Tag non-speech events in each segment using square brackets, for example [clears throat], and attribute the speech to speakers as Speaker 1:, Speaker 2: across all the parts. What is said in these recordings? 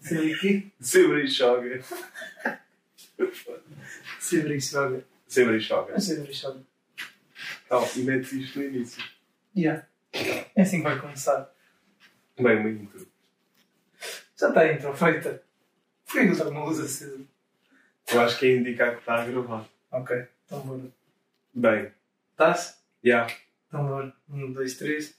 Speaker 1: Sobre o quê?
Speaker 2: Sempre enxoga.
Speaker 1: Sobre enxoga.
Speaker 2: Sempre enxoga.
Speaker 1: Não sei é sobre enxoga.
Speaker 2: Então, e metes isto no início.
Speaker 1: Yeah. É assim que vai começar.
Speaker 2: Bem, uma intro.
Speaker 1: Já está a intro feita. Por que não está com uma luz acesa?
Speaker 2: Eu acho que é indicar que está a gravar.
Speaker 1: Ok, então bora.
Speaker 2: Bem,
Speaker 1: Estás?
Speaker 2: já.
Speaker 1: Então bora. Um, dois, três.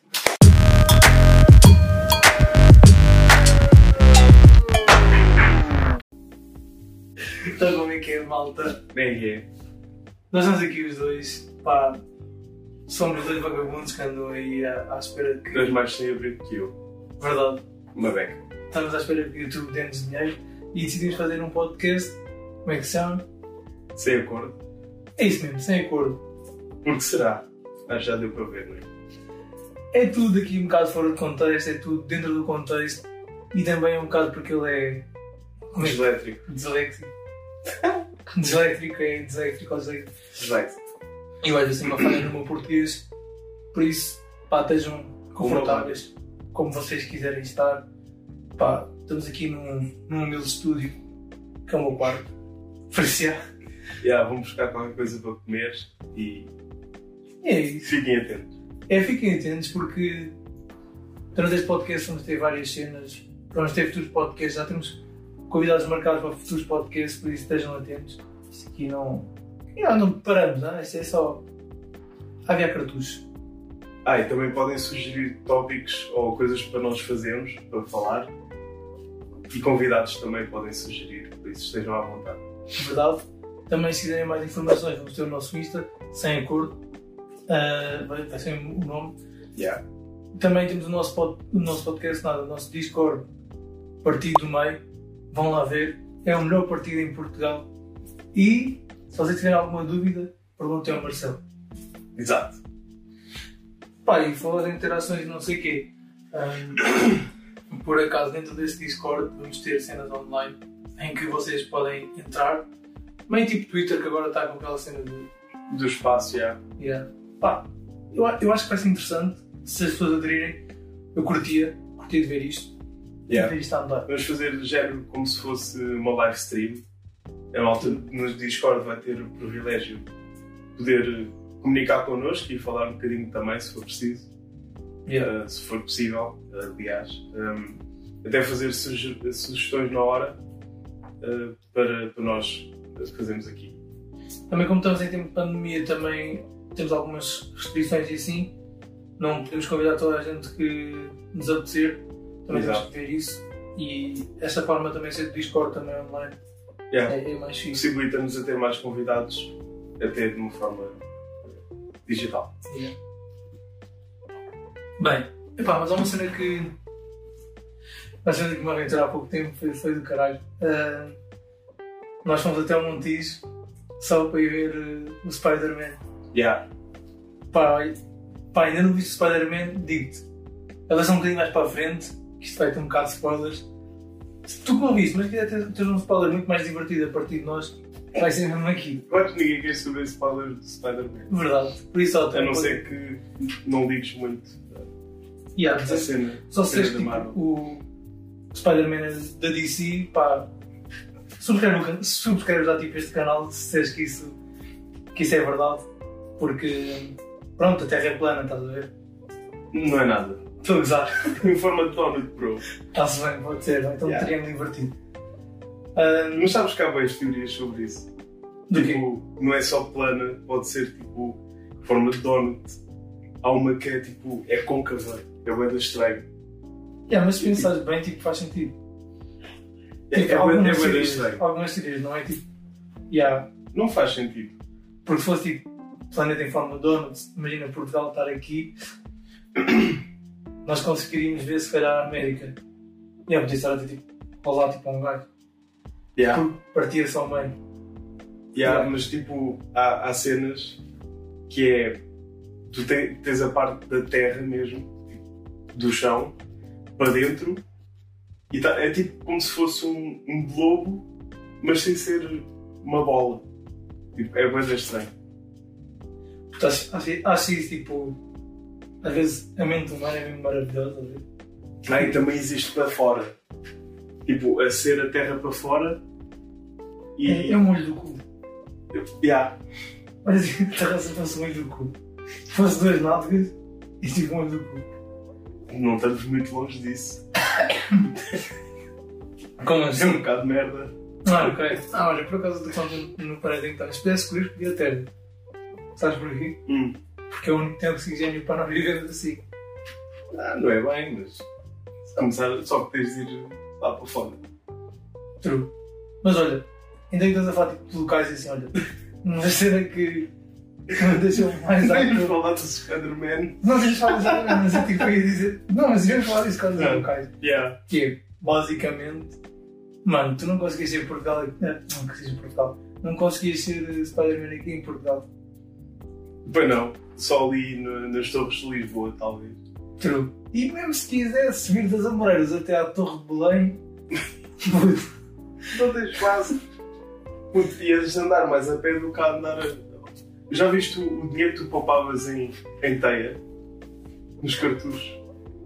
Speaker 1: Então como é que é, malta?
Speaker 2: Bem, que é.
Speaker 1: Nós estamos aqui os dois, pá, somos dois vagabundos que andam aí à, à espera que.
Speaker 2: Dois mais sem abrigo que eu.
Speaker 1: Verdade,
Speaker 2: Uma beca.
Speaker 1: estamos à espera que o YouTube dê-nos dinheiro e decidimos fazer um podcast. Como é que se chama?
Speaker 2: Sem acordo.
Speaker 1: É isso mesmo, sem acordo.
Speaker 2: Porque será? Acho que já deu para ver, não é?
Speaker 1: É tudo aqui um bocado fora de contexto, é tudo dentro do contexto e também é um bocado porque ele é. Como é que-
Speaker 2: Um Elétrico.
Speaker 1: Deselétrico. Deselétrico é deselétrico ou deselétrico.
Speaker 2: Deslexo.
Speaker 1: E vai assim uma falha no meu português. Por isso, pá, estejam confortáveis, como vocês quiserem estar. Pá, estamos aqui num, num humilde estúdio, que é o meu quarto. Apreciar.
Speaker 2: Já, vamos buscar qualquer coisa para comer e
Speaker 1: É isso.
Speaker 2: fiquem atentos.
Speaker 1: É, fiquem atentos porque durante este podcast vamos ter várias cenas, vamos ter futuros podcasts, já temos convidados marcados para futuros podcasts, por isso estejam atentos. Isto aqui não. Não, não paramos, não? Isto é só. Havia cartucho.
Speaker 2: Ah, e também podem sugerir tópicos ou coisas para nós fazermos, para falar. E convidados também podem sugerir, por isso estejam à vontade.
Speaker 1: verdade. Também se quiserem mais informações, vamos ter o nosso Insta, sem acordo, ah, vai vai ser o nome.
Speaker 2: Yeah.
Speaker 1: Também temos o nosso, pod- o nosso podcast, nada, o nosso Discord, Partido do Meio. Vão lá ver, é o melhor partido em Portugal. E se vocês tiverem alguma dúvida, perguntem ao Marcelo.
Speaker 2: Exato.
Speaker 1: Pá, e falar de interações e não sei o quê. Ahm, por acaso, dentro desse Discord, vamos ter cenas online em que vocês podem entrar, meio tipo Twitter, que agora está com aquela cena de
Speaker 2: Do espaço, já.
Speaker 1: Yeah. Pá, eu, a- eu acho que vai ser interessante se as pessoas aderirem. Eu curtia, curtia de ver isto.
Speaker 2: Yeah.
Speaker 1: De ver isto a andar.
Speaker 2: Vamos fazer do género como se fosse uma live stream. A malta no Discord vai ter o privilégio de poder eh, comunicar connosco e falar um bocadinho também, se for preciso,
Speaker 1: Yeah.
Speaker 2: eh, se for possível, eh, aliás. Um, até fazer suge- sugestões na hora eh, para, para nós eh, fazermos aqui.
Speaker 1: Também, como estamos em tempo de pandemia, também temos algumas restrições e assim. Não podemos convidar toda a gente que nos apetecer. Também
Speaker 2: Exato.
Speaker 1: temos que ver isso. E esta forma também ser do Discord, também online,
Speaker 2: Yeah.
Speaker 1: é, é mais fixe.
Speaker 2: Possibilita-nos a ter mais convidados, até de uma forma eh, digital.
Speaker 1: Bem, epá, mas há uma cena que. Uma cena que me arrebentou há pouco tempo, foi, foi do caralho. Ah, nós fomos até ao Montijo só para ir ver eh, o Spider-Man.
Speaker 2: Yeah.
Speaker 1: Pá, e- pá, ainda não viste o Spider-Man? Digo-te. Elas um bocadinho mais para a frente, que isto vai ter um bocado de spoilers. Se tu que não viste, mas quiser ter, ter um spoiler muito mais divertido a partir de nós, vai ser mesmo aqui.
Speaker 2: Eu acho que ninguém quer saber spoilers do Spider-Man.
Speaker 1: Verdade. Por isso, ó,
Speaker 2: A não ser que não ligues muito ah,
Speaker 1: Yeah,
Speaker 2: a cena.
Speaker 1: Só se
Speaker 2: Cena
Speaker 1: és
Speaker 2: da
Speaker 1: tipo
Speaker 2: Marvel.
Speaker 1: o Spider-Man é da DC, pá, subscreve, o can- subscreve já tipo este canal se és que isso, que isso é verdade, porque pronto, a Terra é plana, estás a ver?
Speaker 2: Não é nada. [laughs]
Speaker 1: Estou a gozar,
Speaker 2: Em forma de donut, bro.
Speaker 1: está-se bem, pode ser, então
Speaker 2: Yeah.
Speaker 1: teria-me divertido. Ahm,
Speaker 2: Mas sabes que há boas teorias sobre isso.
Speaker 1: do quê?
Speaker 2: tipo, não é só plana, pode ser tipo forma de donut. Há uma que é tipo, é côncava, é bué da estranho.
Speaker 1: Yeah, mas se pensares bem, tipo, faz sentido.
Speaker 2: É,
Speaker 1: Tipo,
Speaker 2: é, bué- é
Speaker 1: algumas,
Speaker 2: bué da
Speaker 1: teorias,
Speaker 2: estranho.
Speaker 1: algumas teorias, não é tipo, yeah,
Speaker 2: Não faz sentido.
Speaker 1: porque se fosse tipo planeta em forma de donuts, imagina Portugal estar aqui, nós conseguiríamos ver se calhar a América. E eu podia estar até tipo, ao lado, tipo a um gajo,
Speaker 2: Yeah.
Speaker 1: porque partia só ao meio.
Speaker 2: Yeah, mas tipo, há, há cenas que é. Tu te- tens a parte da terra mesmo, tipo, do chão, para dentro, e tá- é tipo como se fosse um, um globo, mas sem ser uma bola. Tipo, é coisa estranha.
Speaker 1: Portanto, acho, acho, acho isso tipo, às vezes a mente humana é mesmo maravilhosa. às vezes.
Speaker 2: Ah, e também existe para fora. Tipo, a ser a terra para fora e.
Speaker 1: É, é um olho do cu.
Speaker 2: Yeah.
Speaker 1: Olha, se a terraça fosse um olho do cu. Se fosse duas nádegas, e tipo um olho do cu.
Speaker 2: Não estamos muito longe disso.
Speaker 1: Como
Speaker 2: É um bocado de merda.
Speaker 1: Ah, ok. Ah, olha, por acaso do conto no então. prédio em que estás. Se pudesse escolher, podia ter. Estás por aqui?
Speaker 2: Hum.
Speaker 1: Porque é o único tempo que oxigênio para nós vivermos assim.
Speaker 2: Ah, não é bem, mas. Se começar, só que tens de ir lá para [laughs] fora.
Speaker 1: True. Mas olha, ainda que estás a falar tipo, de locais e assim, olha, uma cena que que me deixou mais
Speaker 2: [laughs] Nem
Speaker 1: alto.
Speaker 2: nos falar do Spider-Man.
Speaker 1: Não sei se falas agora, mas eu tipo, eu ia dizer. Não, mas íamos falar disso quando dos
Speaker 2: Não.
Speaker 1: locais.
Speaker 2: Yeah.
Speaker 1: Que é, basicamente, mano, tu não conseguias ser Portugal. aqui- eh, Não conseguias ser Portugal. Não conseguias ser eh, Spider-Man aqui em Portugal.
Speaker 2: Pois não. Só ali no- nas Torres de Lisboa, talvez.
Speaker 1: True. E mesmo se quisesse vir das Amoreiras até à Torre de Belém, [laughs] puto,
Speaker 2: Não tens quase. Puto, ias andar mais a pé do que a andar a... Já viste o o dinheiro que tu poupavas em, em teia? Nos cartuchos?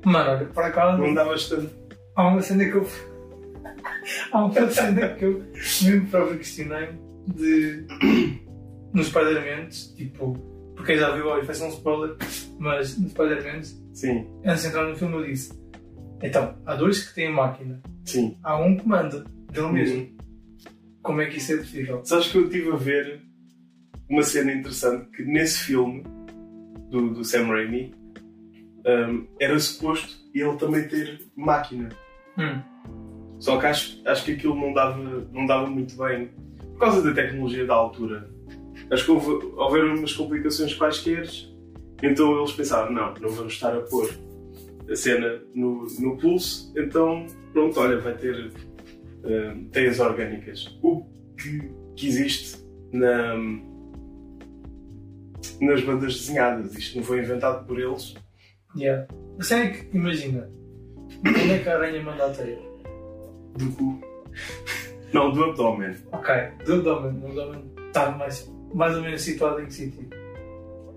Speaker 1: mano, olha, para cá
Speaker 2: Não davas tanto.
Speaker 1: há uma cena que eu. há uma [laughs] cena que eu mesmo próprio questionei-me de. nos Spider-Man, tipo, porque quem já viu, olha, foi só um spoiler, mas nos Spider-Man,
Speaker 2: Sim,
Speaker 1: antes de entrar no filme, eu disse: então, há dois que têm máquina,
Speaker 2: sim.
Speaker 1: há um que manda, dele mesmo.
Speaker 2: Uhum.
Speaker 1: Como é que isso é possível?
Speaker 2: Sabes que eu estive a ver uma cena interessante que nesse filme do, do Sam Raimi hum, era suposto ele também ter máquina.
Speaker 1: Hum.
Speaker 2: Só que acho, acho que aquilo não dava, não dava muito bem por causa da tecnologia da altura. Acho que houve, houveram umas complicações quaisquer, então eles pensaram: não, não vamos estar a pôr a cena no, no pulso, então pronto, olha, vai ter hum, teias orgânicas. O que, que existe na- nas bandas desenhadas, isto não foi inventado por eles.
Speaker 1: Yeah. A cena é que, imagina, onde é que a aranha manda a teia?
Speaker 2: Do cu. [laughs] Não, do abdômen.
Speaker 1: Ok, do abdômen. O abdômen está mais, mais ou menos situado em que sítio?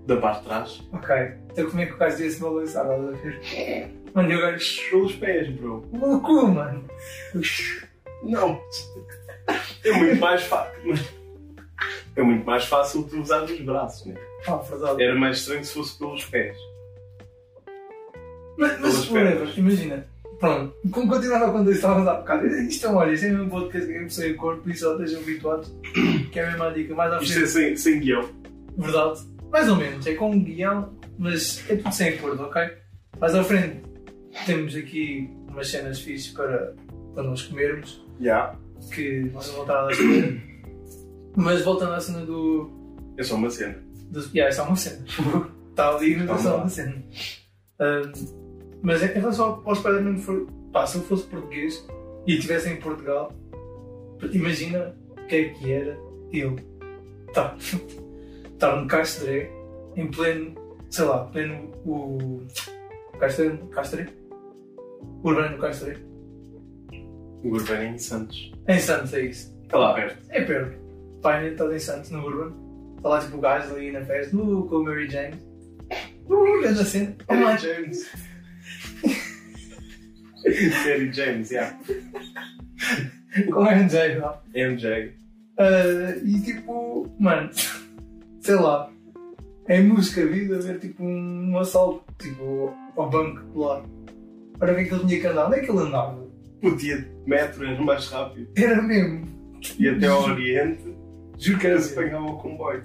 Speaker 2: Da parte de trás.
Speaker 1: Ok, então como é que o gajo desse maluco sabe? Estás a ver? Mano, e o gajo.
Speaker 2: Pelos pés, bro.
Speaker 1: Louco, mano!
Speaker 2: Não. É muito mais fácil. É muito mais fácil tu usar os braços, né?
Speaker 1: Ah, verdade.
Speaker 2: Era mais estranho se fosse pelos pés.
Speaker 1: Mas,
Speaker 2: Pelas
Speaker 1: mas whatever,
Speaker 2: pernas.
Speaker 1: imagina. Pronto, como continuava quando estávamos há bocado. Isto é um olho, isto é mesmo um podcast que eu sei o corpo e só estejam habituados. Que é a mesma dica, mais à
Speaker 2: Isto é
Speaker 1: frente.
Speaker 2: sem, sem guião.
Speaker 1: Verdade. Mais ou menos, é com um guião, mas é tudo sem acordo, ok? Mais à frente temos aqui umas cenas fixas para, para nós comermos.
Speaker 2: Já.
Speaker 1: que vocês vão estar à espera. Mas voltando à cena do.
Speaker 2: É só uma cena.
Speaker 1: do yeah, é só uma cena. [laughs] Está ali, mas é
Speaker 2: Vamos
Speaker 1: só
Speaker 2: lá.
Speaker 1: uma cena. Ahm, mas em relação ao Spider-Man, for- pá, se eu fosse português e estivesse em Portugal, imagina o que é que era eu estar, [laughs] estar no Castré, em pleno, sei lá, pleno o. Castré? Castré? Urbano Castré?
Speaker 2: O Urbano é em Santos.
Speaker 1: Em Santos, é isso.
Speaker 2: Está Tá lá perto.
Speaker 1: É perto. Pai, ainda estás em Santos, no Urban. Está lá tipo o gajo ali na festa, uh, com a Mary James. Uh, grande cena. Oh,
Speaker 2: [laughs]
Speaker 1: mano.
Speaker 2: James. Sério, James, já.
Speaker 1: Com a MJ, lá.
Speaker 2: É MJ.
Speaker 1: Ah, e tipo, mano, [laughs] sei lá. Em música vida haver tipo um, assalto, tipo, ao banco lá. Para ver que ele tinha que andar. Onde é que ele andava?
Speaker 2: Podia de metro, era mais rápido.
Speaker 1: Era mesmo.
Speaker 2: E até ao Oriente,
Speaker 1: Juro que era
Speaker 2: se
Speaker 1: mesmo.
Speaker 2: pegava o comboio.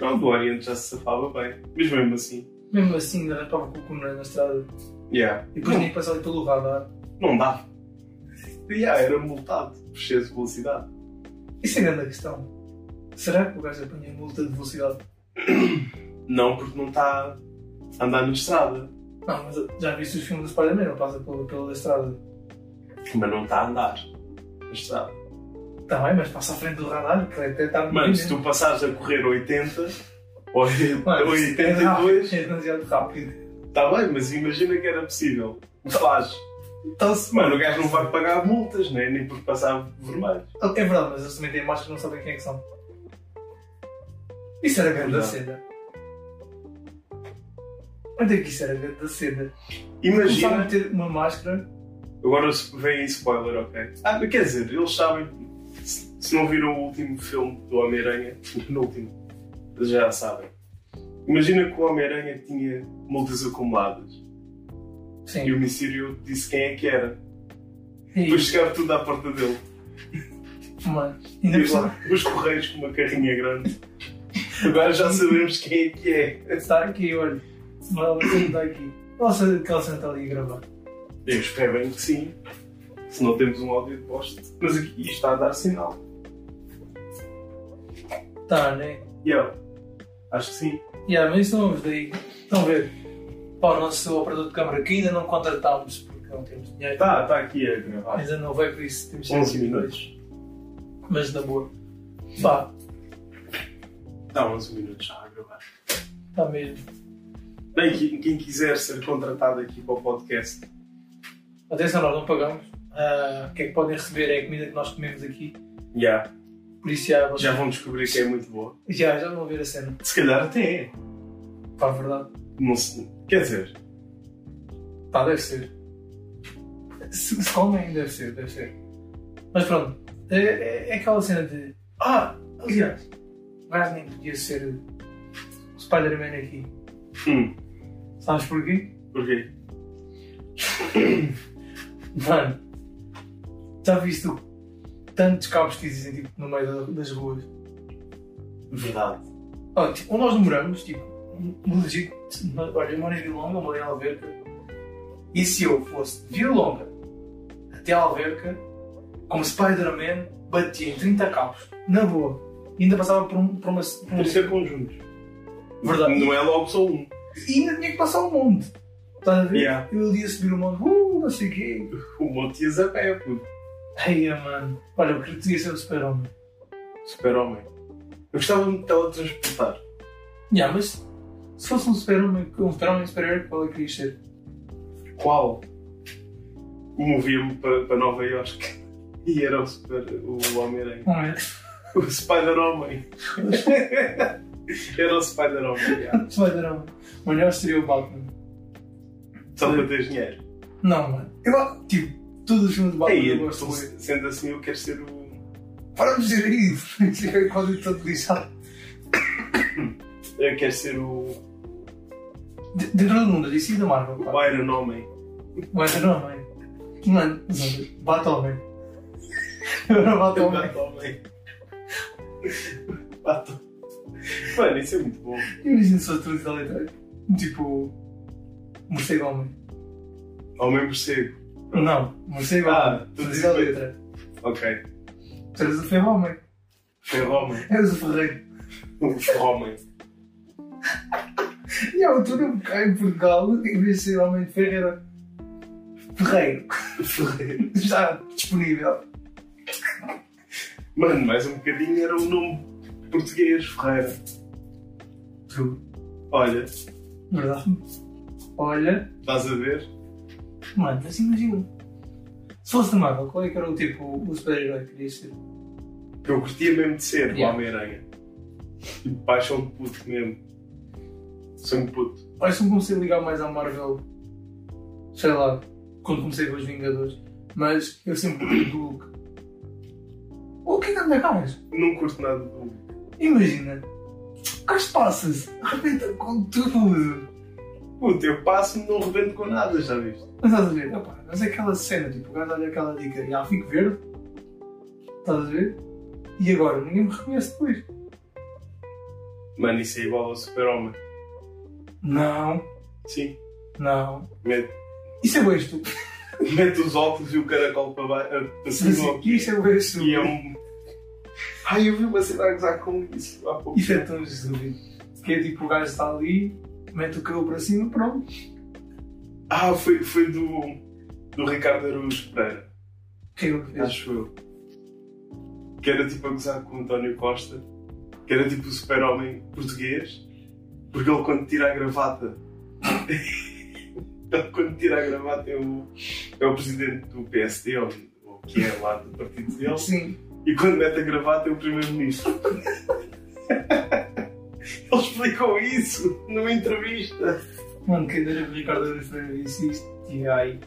Speaker 2: Não, do Oriente já se safava bem. Mas mesmo assim.
Speaker 1: Mesmo assim, ainda rapava com o cu na na estrada.
Speaker 2: Yeah.
Speaker 1: E depois nem passava pelo radar. ah,
Speaker 2: Não dá. Já, era multado por excesso de velocidade.
Speaker 1: Isso é grande a questão. Será que o gajo apanha multa de velocidade?
Speaker 2: Não porque não está a andar na estrada,
Speaker 1: Não, mas já viste os filmes do Spider-Man, ele passa pela, pela estrada.
Speaker 2: mas não está a andar na estrada.
Speaker 1: Está Tá bem, mas passa à frente do radar, que até está muito
Speaker 2: Mano,
Speaker 1: bem,
Speaker 2: se
Speaker 1: né?
Speaker 2: tu passares a correr 80 ou
Speaker 1: Mano, é rápido,
Speaker 2: 82,
Speaker 1: É demasiado rápido.
Speaker 2: está tá bem, mas imagina que era possível. O que faz?
Speaker 1: Então-se.
Speaker 2: Mano, o gajo não vai pagar multas, né? nem por passar vermelho.
Speaker 1: É verdade, mas eles também têm máscaras que não sabem quem é que são. Isso era grande da
Speaker 2: Verdade.
Speaker 1: cena. Onde é que isso era grande da cena? Começaram a
Speaker 2: Imagina,
Speaker 1: meter uma máscara
Speaker 2: Agora vem spoiler, ok? Ah, mas quer dizer, eles sabem. Se se não viram o último filme do Homem-Aranha, [laughs] no último, já sabem. Imagina que o Homem-Aranha tinha multas acumuladas
Speaker 1: Sim.
Speaker 2: e o Mysterio disse quem é que era.
Speaker 1: E-
Speaker 2: Depois chegava tudo à porta dele.
Speaker 1: mano, ainda
Speaker 2: E
Speaker 1: por
Speaker 2: lá,
Speaker 1: cima,
Speaker 2: os correios com uma carrinha grande. Agora já sabemos quem é que é.
Speaker 1: está aqui, olha. Mal está aqui. Nossa, o Kelsen está ali a gravar.
Speaker 2: Eu espero bem que sim. Se não temos um áudio de poste. Mas aqui isto está a dar sinal.
Speaker 1: Tá, né?
Speaker 2: E eu, acho que sim.
Speaker 1: Yeah, mas isso não vamos daí. Estão a ver. Para o nosso operador de câmara que ainda não contratámos porque não temos dinheiro.
Speaker 2: Está tá aqui a gravar.
Speaker 1: Ainda não vai por isso. Temos
Speaker 2: 11
Speaker 1: sempre
Speaker 2: minutos.
Speaker 1: dois. Mas na boa. Pá,
Speaker 2: Está 11 minutos já a gravar.
Speaker 1: está tá mesmo.
Speaker 2: Bem, quem, quem quiser ser contratado aqui para o podcast,
Speaker 1: Atenção, nós não pagamos. Ah, o que é que podem receber é a comida que nós comemos aqui.
Speaker 2: já
Speaker 1: Por isso já, vocês-
Speaker 2: já vão descobrir que é muito boa.
Speaker 1: já, já vão ver a cena.
Speaker 2: Se calhar até é.
Speaker 1: Pá, verdade.
Speaker 2: Não se- quer dizer,
Speaker 1: Pá, deve ser. Se, se comem, deve ser, deve ser. Mas pronto, é, é- é aquela cena de. Ah, aliás, o gajo nem podia ser o Spider-Man aqui.
Speaker 2: hum,
Speaker 1: Sabes porquê?
Speaker 2: porquê?
Speaker 1: Mano, já viste o- tantos cabos que existem tipo, no meio da- das ruas?
Speaker 2: Verdade.
Speaker 1: Ah, tipo, onde nós moramos, tipo, no legítimo. Olha, eu moro em Vilonga, moro em Alverca. E se eu fosse de Vilonga até Alverca, como Spider-Man, batia em 30 cabos, na boa. E ainda passava por, um, por uma. Por um...
Speaker 2: Por ser conjuntos.
Speaker 1: Verdade.
Speaker 2: Não é logo só um.
Speaker 1: E ainda tinha que passar o monte. Estás a ver?
Speaker 2: Yeah.
Speaker 1: Eu ia subir o monte, uh, não sei o quê.
Speaker 2: O monte ia a pé, puto.
Speaker 1: Ai, mano. Olha, eu queria ser o Super-Homem.
Speaker 2: Super-homem. Eu gostava de me teletransportar.
Speaker 1: Yeah, mas se fosse um Super-Homem, um Super-Homem super-herói, qual é que querias ser?
Speaker 2: Qual? Movia-me para, para Nova Iorque [laughs] e era o, super, o Homem-Aranha.
Speaker 1: Não é?
Speaker 2: O Spider-Homem. era o Spider-Homem, yeah.
Speaker 1: Spider-Homem. O melhor seria o Batman.
Speaker 2: Só para ter dinheiro.
Speaker 1: Não, mano. Eu, tipo, todos os filmes de Batman
Speaker 2: Ei,
Speaker 1: eu
Speaker 2: eu-
Speaker 1: gosto de ler.
Speaker 2: sendo assim, eu quero ser o.
Speaker 1: Para de dizer isso. [laughs] Fiquei quase um todo lixado.
Speaker 2: Eu quero ser o,
Speaker 1: De- Dentro do mundo, disse da Marvel. pá.
Speaker 2: o Iron Homem.
Speaker 1: O Heteroman. Mano, Batman. [laughs] Eu era Batman.
Speaker 2: Batman. Batman. Mano, isso é muito bom.
Speaker 1: Imagina se fosse tudo aleatório. tá Tipo. Morcego homem.
Speaker 2: Homem morcego.
Speaker 1: Não, morcego
Speaker 2: Ah,
Speaker 1: homem.
Speaker 2: tudo
Speaker 1: Tudo
Speaker 2: isso
Speaker 1: a letra.
Speaker 2: Ok.
Speaker 1: Tu eras o ferro homem.
Speaker 2: Ferro-homem.
Speaker 1: Eras o ferreiro.
Speaker 2: O Ferro-homem.
Speaker 1: E há outro nome cá em Portugal, em vez de ser homem de ferro, era. Ferreiro.
Speaker 2: Ferreiro.
Speaker 1: Já disponível.
Speaker 2: Mano, mais um bocadinho era o nome português, Ferreira.
Speaker 1: True.
Speaker 2: Olha,
Speaker 1: Verdade. Olha,
Speaker 2: estás a ver?
Speaker 1: mano, mas imagina. Se fosse da Marvel, qual é que era o tipo, o super-herói que queria ser?
Speaker 2: Eu curtia mesmo de ser
Speaker 1: Yeah.
Speaker 2: o Homem-Aranha. Tipo, Paixão de puto mesmo. Sangue puto.
Speaker 1: Parece-me que comecei a ligar mais à Marvel, sei lá, quando comecei a ver os Vingadores, mas eu sempre curti do Hulk. O que é que anda cá, mas?
Speaker 2: Não curto nada do.
Speaker 1: Imagina, o gajo passa-se, arrebenta com tudo.
Speaker 2: Puto, eu passo e não rebento com nada, já viste?
Speaker 1: Mas estás a ver? Opa, mas é aquela cena, tipo, o gajo olha aquela dica e ah, fico verde. Estás a ver? E agora? Ninguém me reconhece depois.
Speaker 2: Mano, isso é igual ao Super-Homem.
Speaker 1: Não,
Speaker 2: Sim.
Speaker 1: não.
Speaker 2: Mete, [laughs]
Speaker 1: Isso é bem estúpido.
Speaker 2: mete os óculos e o caracol para baixo. Para cima.
Speaker 1: [laughs] Isso é bem estúpido.
Speaker 2: E é um. Ai, eu vi uma cena a gozar com isso há pouco.
Speaker 1: Isso é tão estúpido. Que é tipo, o gajo está ali, mete o cabelo para cima, pronto.
Speaker 2: Ah, foi, foi do. do Ricardo Araújo Pereira.
Speaker 1: Que eu fez.
Speaker 2: Acho eu. Que era tipo a gozar com o António Costa, que era tipo o super-homem português, porque ele quando tira a gravata. [laughs] ele quando tira a gravata é o, é o presidente do PSD, ou, ou que é lá do partido dele,
Speaker 1: Sim.
Speaker 2: e quando mete a gravata é o primeiro-ministro. [laughs] ele explicou isso numa entrevista.
Speaker 1: Mano, quem dera que o Ricardo Araújo Pereira disse isto. E ai.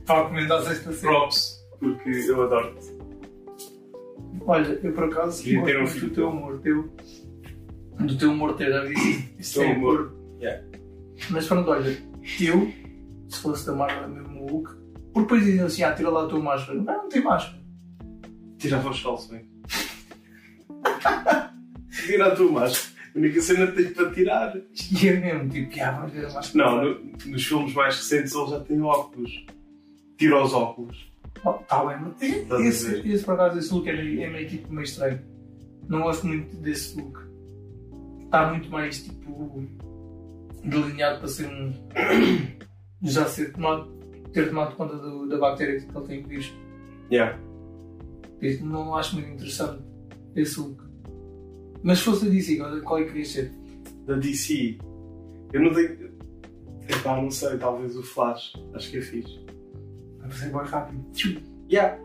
Speaker 1: Estava a comentar sexta-feira.
Speaker 2: Props, porque eu adoro-te.
Speaker 1: Olha, eu por acaso
Speaker 2: Devia ter um
Speaker 1: gosto
Speaker 2: filho
Speaker 1: muito do teu humor, teu, do teu humor ter, já
Speaker 2: [coughs]
Speaker 1: disse isso
Speaker 2: Teu
Speaker 1: tem
Speaker 2: humor.
Speaker 1: humor.
Speaker 2: Yeah.
Speaker 1: Mas pronto, olha, eu, se fosse da Marvel, é mesmo o Hulk, porque depois diziam assim, ah, tira lá a tua máscara. Não, não tem máscara.
Speaker 2: Tirava os calções. Tira a tua máscara. A única cena que tens para tirar.
Speaker 1: E eu mesmo, tipo, ah, vamos ver a máscara.
Speaker 2: Não, no- nos filmes mais recentes eles já têm óculos. Tira os óculos.
Speaker 1: Está Tá bem, mas
Speaker 2: Estás a
Speaker 1: esse,
Speaker 2: ver?
Speaker 1: esse, por acaso, esse look é meio, é meio, tipo, meio estranho. Não gosto muito desse look. Está muito mais tipo delineado para ser um. [coughs] já ser tomado, ter tomado conta do- da bactéria que ele tem o vírus.
Speaker 2: Yeah.
Speaker 1: Por isso Não acho muito interessante esse look. Mas se fosse a DC, qual qual é que querias ser?
Speaker 2: Da DC. Eu não tenho. Epá, não sei, talvez o Flash. Acho que é fixe.
Speaker 1: Vai ser bem rápido.
Speaker 2: Yeah.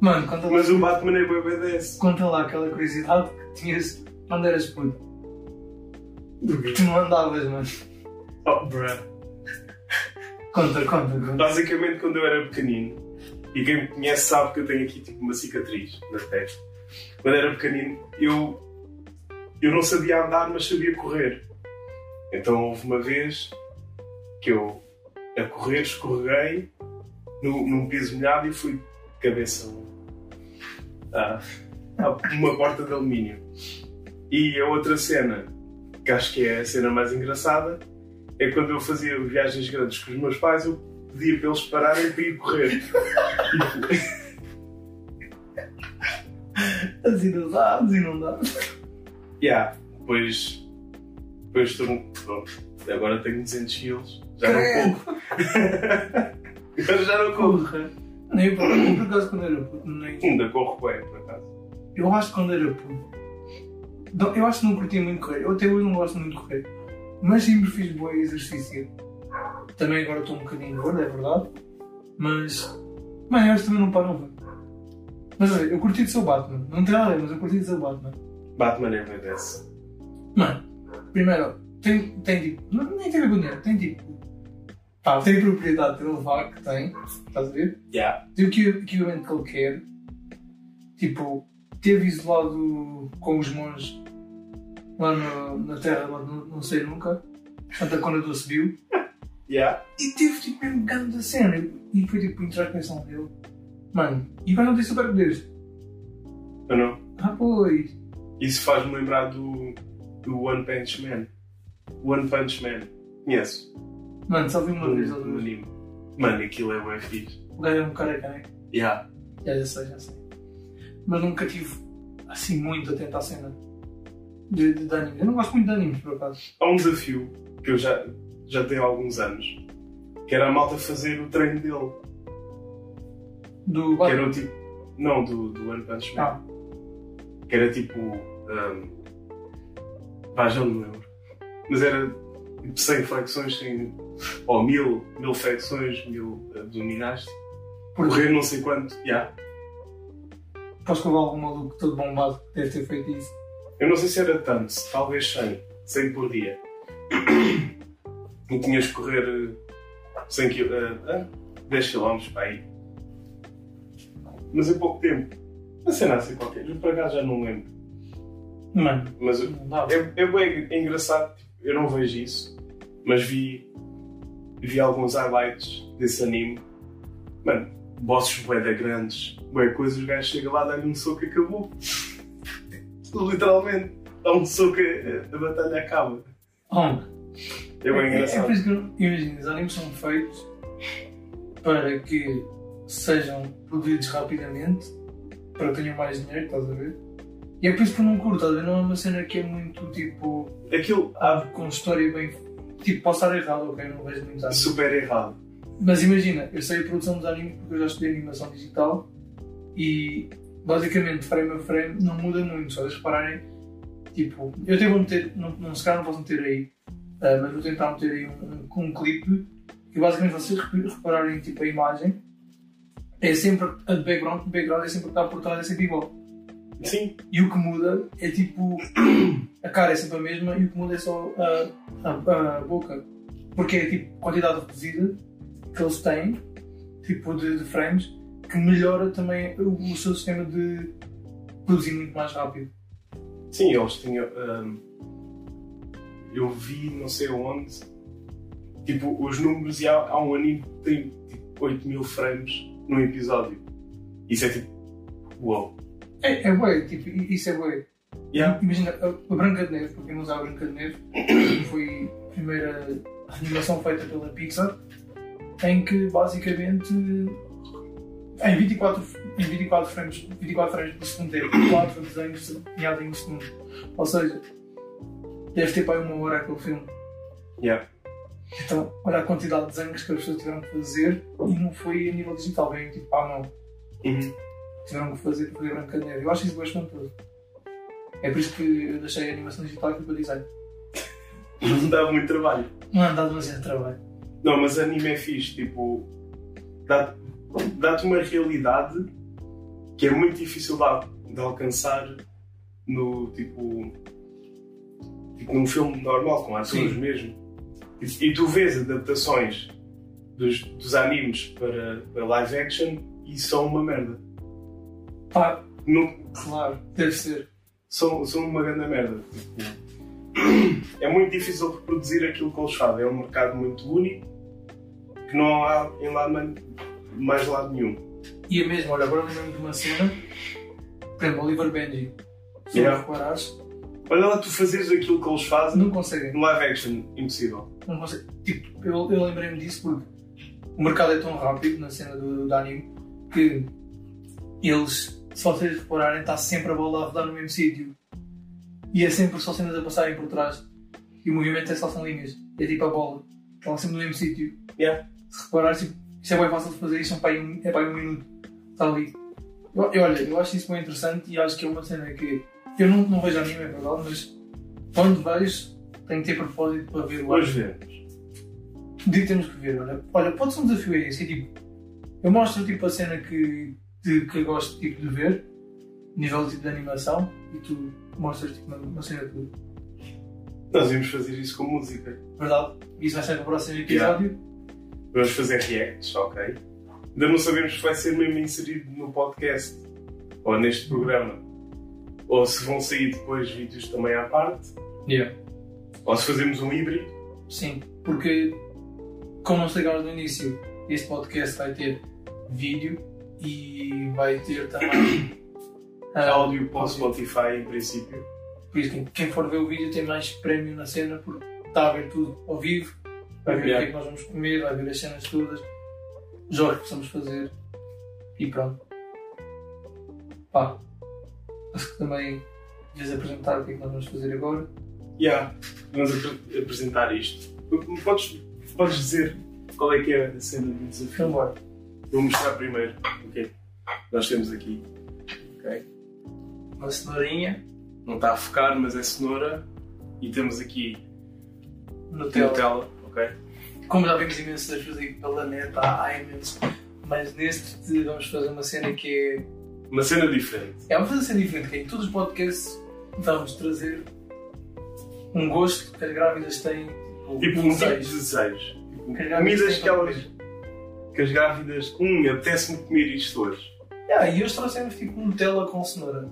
Speaker 1: Mano, conta lá,
Speaker 2: Mas o Batman é bem BDS.
Speaker 1: conta lá aquela curiosidade que tinhas quando eras puto.
Speaker 2: Do quê?
Speaker 1: Que tu não andavas, mano.
Speaker 2: Oh, bruh.
Speaker 1: Conta, conta, conta.
Speaker 2: Basicamente, quando eu era pequenino, e quem me conhece sabe que eu tenho aqui tipo uma cicatriz na testa. Quando era pequenino, eu, eu não sabia andar, mas sabia correr. Então houve uma vez que eu, a correr, escorreguei no, num piso molhado e fui de cabeça um, a, a uma porta de alumínio. E a outra cena, que acho que é a cena mais engraçada, é quando eu fazia viagens grandes com os meus pais, eu pedia para eles pararem para ir correr.
Speaker 1: As inundadas, inundadas.
Speaker 2: Yeah, depois. Depois estou. Pronto, agora tenho 200 quilos. Já não
Speaker 1: Credo.
Speaker 2: corro. [laughs] Agora já não corro.
Speaker 1: Porra. Nem por, por acaso quando era puto, nem.
Speaker 2: Ainda corro bem, por acaso.
Speaker 1: Eu acho que quando era puto. não- Eu acho que não curti muito correr. Eu até hoje não gosto muito de correr. Mas sempre fiz bom exercício. Também agora estou um bocadinho gordo, é verdade. Mas. Mano, eles também não param velho. Mas olha, eu curti de ser o Batman. Não tem nada a ver, mas eu curti de ser o Batman.
Speaker 2: Batman é BDS.
Speaker 1: Mano, primeiro, tem, tem tipo. não- Nem tem a ver com dinheiro, tem tipo. Pá, tem propriedade de levar que tem. Estás a ver?
Speaker 2: Yeah.
Speaker 1: tem o equi- equipamento que ele quer, tipo, teve isolado com os monges lá no- na terra, lá no- não sei nunca, Santa Cona do Subiu,
Speaker 2: Yeah.
Speaker 1: e teve tipo mesmo ganho da cena, e foi tipo intervenção dele. Mano, e agora não tem superpoderes.
Speaker 2: Ou não?
Speaker 1: Ah, pois.
Speaker 2: Isso faz-me lembrar do, do One Punch Man. One Punch Man. Conheço.
Speaker 1: Mano, só vi uma vez ou
Speaker 2: Um
Speaker 1: duas.
Speaker 2: anime. Mano, aquilo é bem fixe.
Speaker 1: O gajo é um cara careca.
Speaker 2: Yeah.
Speaker 1: Já, já sei, já sei. Mas nunca tive assim muito atento à cena de, de, de anime. Eu não gosto muito de animes, por acaso.
Speaker 2: Há um desafio que eu já, já tenho há alguns anos. Que era a malta fazer o treino dele.
Speaker 1: Do
Speaker 2: Que
Speaker 1: Batman.
Speaker 2: era o tipo. Não, do, do One Punch Man.
Speaker 1: Ah,
Speaker 2: que era tipo. Um, pá, já não me lembro. Mas era tipo 100 flexões, 100, ou 1000, 1000 flexões, 1000 abdominais.
Speaker 1: por
Speaker 2: eh, Correr não sei quanto. Yeah.
Speaker 1: Aposto que houve algum maluco todo bombado que deve ter feito isso.
Speaker 2: Eu não sei se era tanto, talvez 100, 100 por dia. E tinhas que correr eh, 100 quil, eh, ah, 10 km para aí. Mas em pouco tempo. Uma cena assim qualquer. Eu por acaso já não me lembro.
Speaker 1: Mano,
Speaker 2: Mas
Speaker 1: não dá.
Speaker 2: É, é bem engraçado, tipo, eu não vejo isso, mas vi, vi alguns highlights desse anime. Mano, bosses bué da grandes, bué coisas, o gajo chega lá, dá-lhe um soco e acabou. [laughs] Literalmente, dá um soco e a, a batalha acaba.
Speaker 1: Homem,
Speaker 2: É bem
Speaker 1: é por
Speaker 2: engraçado.
Speaker 1: isso que eu não- imagina, os animes são feitos para que sejam produzidos rapidamente, para que tenham mais dinheiro, estás a ver? E é por isso que eu não curto, estás a ver? Não é uma cena que é muito tipo.
Speaker 2: Aquilo
Speaker 1: ah, com história bem. Tipo, posso estar errado, ok? Não vejo muito
Speaker 2: é
Speaker 1: anime.
Speaker 2: super errado.
Speaker 1: Mas imagina, eu sei a produção dos animes porque eu já estudei animação digital e basicamente frame a frame não muda muito, só vocês repararem, tipo, eu até vou meter, não, não, se calhar não posso meter aí, ah, mas vou tentar meter aí um, um, um clipe que basicamente vocês rep- repararem tipo a imagem, é sempre a de background, o background é sempre o que está por trás, é sempre igual.
Speaker 2: Sim,
Speaker 1: E o que muda é tipo, [clears throat] a cara é sempre a mesma e o que muda é só a, a, a boca. Porque é tipo, quantidade reduzida que eles têm, tipo de, de frames que melhora também o, o seu sistema de produzir muito mais rápido.
Speaker 2: Sim, eles tinham. hum, eu vi, não sei onde, tipo, os números e há, há um anime que tem tipo, 8 mil frames num episódio. Isso é tipo. Uau!
Speaker 1: É, é bué, tipo, i- isso é bué.
Speaker 2: Yeah.
Speaker 1: Imagina, a, a Branca de Neve, para quem não sabe, a Branca de Neve [coughs] foi a primeira animação feita pela Pixar, em que basicamente em 24, f- em 24 frames, 24 frames por segundo é 4 desenhos desenhados em um segundo. Ou seja, deve ter para aí uma hora aquele filme.
Speaker 2: Yeah.
Speaker 1: Então, olha a quantidade de desenhos que as pessoas tiveram que fazer e não foi a nível digital, bem tipo à mão.
Speaker 2: Uhum.
Speaker 1: tiveram que um fazer para fazer Branca de Neve. Eu acho isso bastante espantoso. É por isso que eu deixei a animação digital e fui para design.
Speaker 2: [laughs] Não dá muito trabalho.
Speaker 1: Não é dado demasiado trabalho.
Speaker 2: Não, mas anime é fixe, tipo. dá- Dá-te uma realidade que é muito difícil de, al- de alcançar no tipo. tipo, num filme normal, com atores
Speaker 1: Sim.
Speaker 2: mesmo. E, e tu vês adaptações dos, dos animes para, para live action e são uma merda.
Speaker 1: Pá,
Speaker 2: Não-
Speaker 1: claro, deve ser.
Speaker 2: são, são uma grande merda. Tipo, é muito difícil reproduzir aquilo que eles fazem. É um mercado muito único que não há em lado man- mais lado nenhum.
Speaker 1: E é mesmo, olha, agora lembro-me de uma cena. Por exemplo, Oliver Benji. Se
Speaker 2: Yeah.
Speaker 1: não reparares,
Speaker 2: Olha lá, tu fazeres aquilo que eles fazem
Speaker 1: não conseguem.
Speaker 2: no live action, impossível.
Speaker 1: Não conseguem. Tipo, eu, eu lembrei-me disso porque o mercado é tão rápido na cena do, do anime que eles, se vocês repararem, está sempre a bola a rodar no mesmo sítio. E é sempre só cenas a passarem por trás. E o movimento é só são linhas. É tipo a bola. Estão sempre no mesmo sítio.
Speaker 2: Yeah.
Speaker 1: Se reparares, tipo, isso é bem fácil de fazer, isso é para aí um, é para aí um minuto. Está ali. Eu, eu, olha, eu acho isso bem interessante e acho que é uma cena que. Eu não, não vejo anime, é verdade, mas quando vejo, tenho que ter propósito para ver o anime.
Speaker 2: Hoje vemos.
Speaker 1: Digo que temos que ver, olha, olha pode ser um desafio é esse, é tipo, eu mostro tipo a cena que, de- que eu gosto tipo, de ver, nível de tipo de animação, e tu mostras tipo uma, uma cena tua,
Speaker 2: Nós íamos fazer isso com música.
Speaker 1: verdade? Isso vai ser para o próximo
Speaker 2: Yeah.
Speaker 1: episódio,
Speaker 2: Vamos fazer reacts, ok? Ainda não sabemos se vai ser mesmo inserido no podcast ou neste programa. Ou se vão sair depois vídeos também à parte. Ou se fazemos um híbrido.
Speaker 1: sim, porque como não chegámos no início, este podcast vai ter vídeo e vai ter também ah,
Speaker 2: áudio para o Spotify em princípio.
Speaker 1: Por isso, quem, quem for ver o vídeo tem mais prémio na cena, porque está a ver tudo ao vivo, vai ver o que é
Speaker 2: Yeah.
Speaker 1: que nós vamos comer, vai ver as cenas todas, jogos que possamos fazer e pronto. Pá, acho que também deves apresentar o que é que nós vamos fazer agora.
Speaker 2: Yeah. Vamos apre- apresentar isto. Podes, podes dizer qual é que é a cena do
Speaker 1: Então,
Speaker 2: desafio?
Speaker 1: bora.
Speaker 2: Vou mostrar primeiro o que é que nós temos aqui.
Speaker 1: Uma cenourinha,
Speaker 2: Não está a focar, mas é cenoura. E temos aqui
Speaker 1: Nutella.
Speaker 2: Nutella, ok?
Speaker 1: Como já vimos imensas vezes aí pela neta, há, há imenso. Mas neste vamos fazer uma cena que é
Speaker 2: Uma cena diferente.
Speaker 1: É, vamos fazer assim diferente, que em todos os podcasts vamos trazer um gosto que as grávidas têm.
Speaker 2: Tipo um tipo de
Speaker 1: desejo.
Speaker 2: desejos. Tipo,
Speaker 1: Que as grávidas
Speaker 2: Comidas
Speaker 1: têm
Speaker 2: que
Speaker 1: para
Speaker 2: elas. que as grávidas. Hum, apetece-me comer isto hoje.
Speaker 1: Ah, e hoje trouxemos tipo Nutella com cenoura.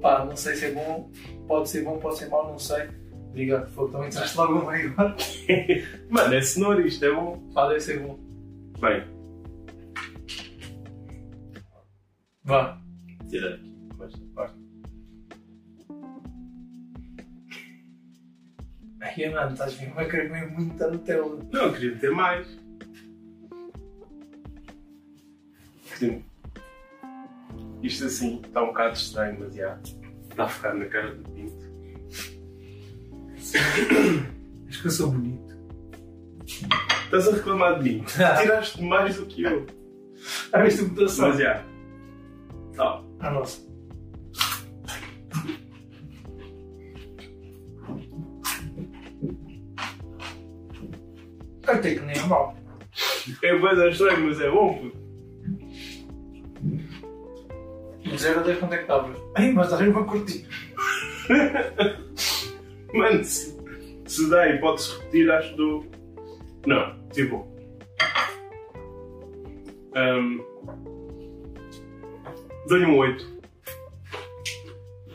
Speaker 1: Pá, não sei se é bom, pode ser bom, pode ser mau, não sei. Diga, fogo, também traz logo uma agora.
Speaker 2: Mano, é cenoura, isto é bom.
Speaker 1: Pá, deve ser bom.
Speaker 2: Bem,
Speaker 1: Vá.
Speaker 2: tirar aqui mais esta parte.
Speaker 1: Ai, Ana, estás bem, vai querer comer muita Nutella.
Speaker 2: Não, eu queria ter mais. Sim. Isto assim está um bocado estranho, mas já está a focar na cara do Pinto.
Speaker 1: Acho que eu sou bonito.
Speaker 2: Estás a reclamar de mim. Tiraste mais do que eu.
Speaker 1: Ah, viste a mutação?
Speaker 2: Mas já. Tá.
Speaker 1: Ah, nossa. Até que nem é mau.
Speaker 2: É coisa estranha, mas é bom. puto.
Speaker 1: De 0 a 10 quanto é que estavas? Ai, mas estás mesmo a curtir.
Speaker 2: Mano, se, se dá e pode-se repetir, acho do. Não, tipo. Ahm, Dou-lhe um 8.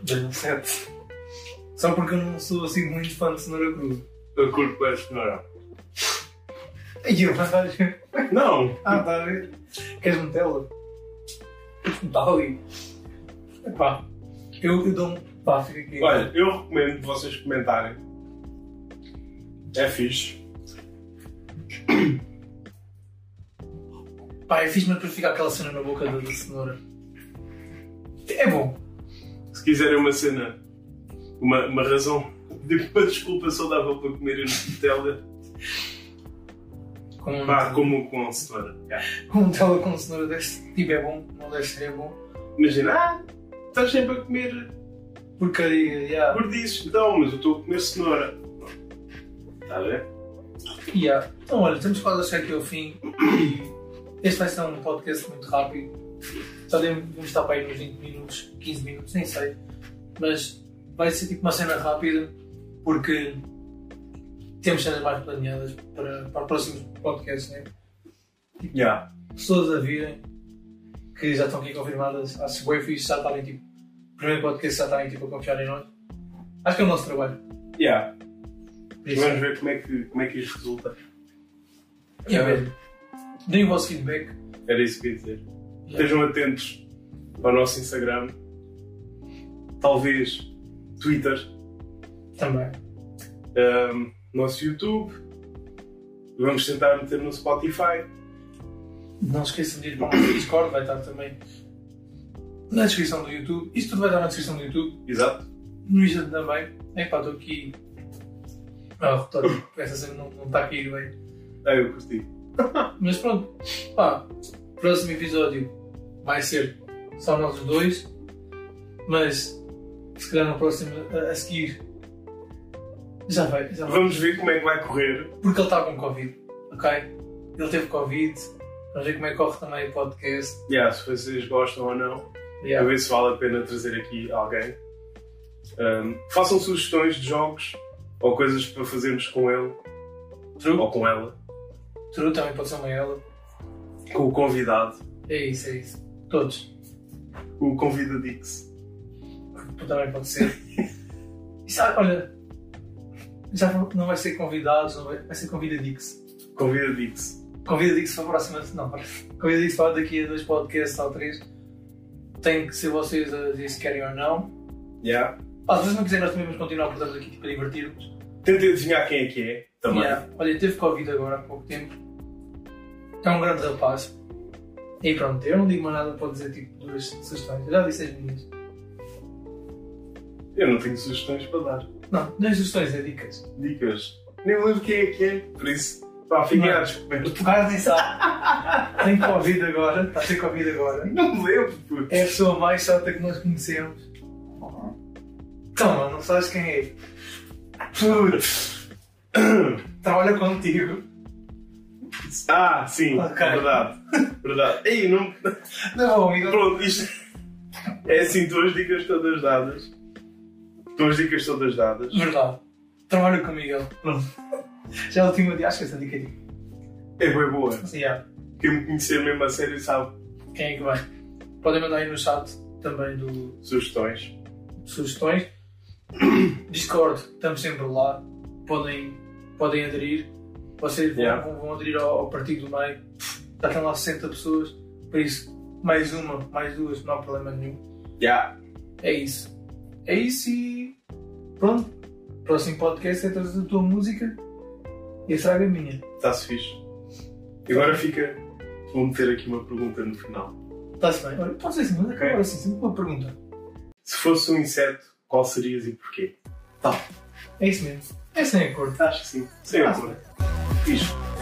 Speaker 1: Dei-lhe um 7. Só porque eu não sou assim muito fã de cenoura crua.
Speaker 2: Eu curto essa cenoura.
Speaker 1: E eu, mas olha,
Speaker 2: Não!
Speaker 1: Ah, está a ver? Queres metê-la? Está ali. Epá, eu, eu dou um. Pá, fica aqui.
Speaker 2: Olha, eu recomendo que vocês comentarem. É fixe.
Speaker 1: Pá, é fixe, mas depois fica aquela cena na boca da, da cenoura. É bom.
Speaker 2: Se quiserem uma cena, uma, uma razão, de- uma desculpa saudável para comerem Nutella,
Speaker 1: Com, um
Speaker 2: pá, como com cenoura. Yeah.
Speaker 1: com um tela com cenoura deste tipo é bom, não deve ser é bom.
Speaker 2: Imagina, ah, estás sempre a comer
Speaker 1: Porque aí, yeah,
Speaker 2: gordices. Não, mas eu estou a comer cenoura. Está a ver?
Speaker 1: yeah. Então, olha, estamos quase a chegar aqui ao fim. Este vai ser um podcast muito rápido. Só deve- vamos estar para aí nos 20 minutos, 15 minutos, nem sei. Mas vai ser tipo uma cena rápida, porque temos cenas mais planeadas para, para próximos podcasts, né?
Speaker 2: Yeah.
Speaker 1: pessoas a virem que já estão aqui confirmadas. Acho que o Wayfish já estarem tipo. Primeiro podcast já estarem tipo a confiar em nós. Acho que é o nosso trabalho.
Speaker 2: Yeah.
Speaker 1: Por isso,
Speaker 2: Vamos ver como é que, como é que isto resulta.
Speaker 1: é mesmo. Deem o vosso feedback.
Speaker 2: Era isso que eu ia dizer. Estejam atentos ao nosso Instagram, talvez Twitter,
Speaker 1: Também.
Speaker 2: ahm, nosso YouTube. Vamos tentar meter no Spotify.
Speaker 1: Não se esqueçam de ir para o nosso Discord, vai estar também na descrição do YouTube. Isto tudo vai estar na descrição do YouTube.
Speaker 2: Exato.
Speaker 1: No Insta também. Epá, estou aqui. Ah, rotor. Essa cena não, não está a cair bem.
Speaker 2: Ah, eu curti.
Speaker 1: Mas pronto, pá, próximo episódio vai ser só nós os dois, mas se calhar no próximo a, a seguir já vai, já vai.
Speaker 2: Vamos ver como é que vai correr.
Speaker 1: Porque ele está com Covid, ok? Ele teve Covid, vamos ver como é que corre também o podcast.
Speaker 2: Yeah, se vocês gostam ou não, a
Speaker 1: Yeah.
Speaker 2: ver se vale a pena trazer aqui alguém. Ahm, façam sugestões de jogos ou coisas para fazermos com ele
Speaker 1: True,
Speaker 2: ou com ela,
Speaker 1: true também pode ser uma ela.
Speaker 2: com o convidado,
Speaker 1: É isso, é isso. Todos.
Speaker 2: o convidadix.
Speaker 1: Também pode ser. E sabe, olha, já não vai ser convidados, não vai, vai ser convidadix.
Speaker 2: Convidadix.
Speaker 1: Convida Dix para a próxima. Não, para- convida Dix para daqui a dois podcasts ou três. Tem que ser vocês a dizer se querem ou não.
Speaker 2: Yeah.
Speaker 1: Pá, se vocês não quiserem, nós também vamos continuar, porque estamos aqui tipo, a divertir-nos.
Speaker 2: Tentem adivinhar quem é que é também.
Speaker 1: Yeah. Olha, teve Covid agora há pouco tempo. É um grande rapaz. E pronto, eu não digo mais nada para dizer tipo duas sugestões. Eu já disse as minhas.
Speaker 2: Eu não tenho sugestões para dar.
Speaker 1: Não, não é sugestões, é dicas.
Speaker 2: Dicas. Nem me lembro quem é que é. Por isso, pá, fiquem
Speaker 1: Não.
Speaker 2: à descoberta.
Speaker 1: O gajo nem sabe. Tem Covid agora, está a ter Covid agora.
Speaker 2: Não me lembro, puto.
Speaker 1: É a pessoa mais chata que nós conhecemos. Então, mano, não sabes quem é.
Speaker 2: Puto.
Speaker 1: Trabalha contigo.
Speaker 2: Ah, sim,
Speaker 1: Ok.
Speaker 2: verdade. Verdade. Ei, não.
Speaker 1: Não, amigo.
Speaker 2: Pronto, isto. É assim, estão as dicas todas dadas. Estão as dicas todas dadas.
Speaker 1: Verdade. Trabalha com o Miguel. Pronto. Já é o último dia, acho que essa dica é tipo.
Speaker 2: É bem boa.
Speaker 1: Assim, já.
Speaker 2: Quem me conhecer mesmo a sério sabe
Speaker 1: Quem é que vai? Podem mandar aí no chat também do
Speaker 2: sugestões.
Speaker 1: sugestões. [coughs] Discord, estamos sempre lá. Podem, podem aderir. Vocês vão,
Speaker 2: Yeah.
Speaker 1: vão, vão aderir ao, ao Partido do Meio. Já estão lá 60 pessoas. Por isso, mais uma, mais duas, não há problema nenhum.
Speaker 2: Já.
Speaker 1: É isso. É isso e. Pronto. Próximo podcast é trazer a tua música e a traga a minha.
Speaker 2: Está-se fixe. E Agora fica. Vou meter aqui uma pergunta no final.
Speaker 1: Está-se bem? Olha, pode ser assim, mas
Speaker 2: Ok.
Speaker 1: agora sim, sempre uma pergunta.
Speaker 2: Se fosse um inseto, qual serias e porquê?
Speaker 1: É isso mesmo. É sem acordo.
Speaker 2: Acho que sim. Sem
Speaker 1: Ah,
Speaker 2: acordo. Fixe.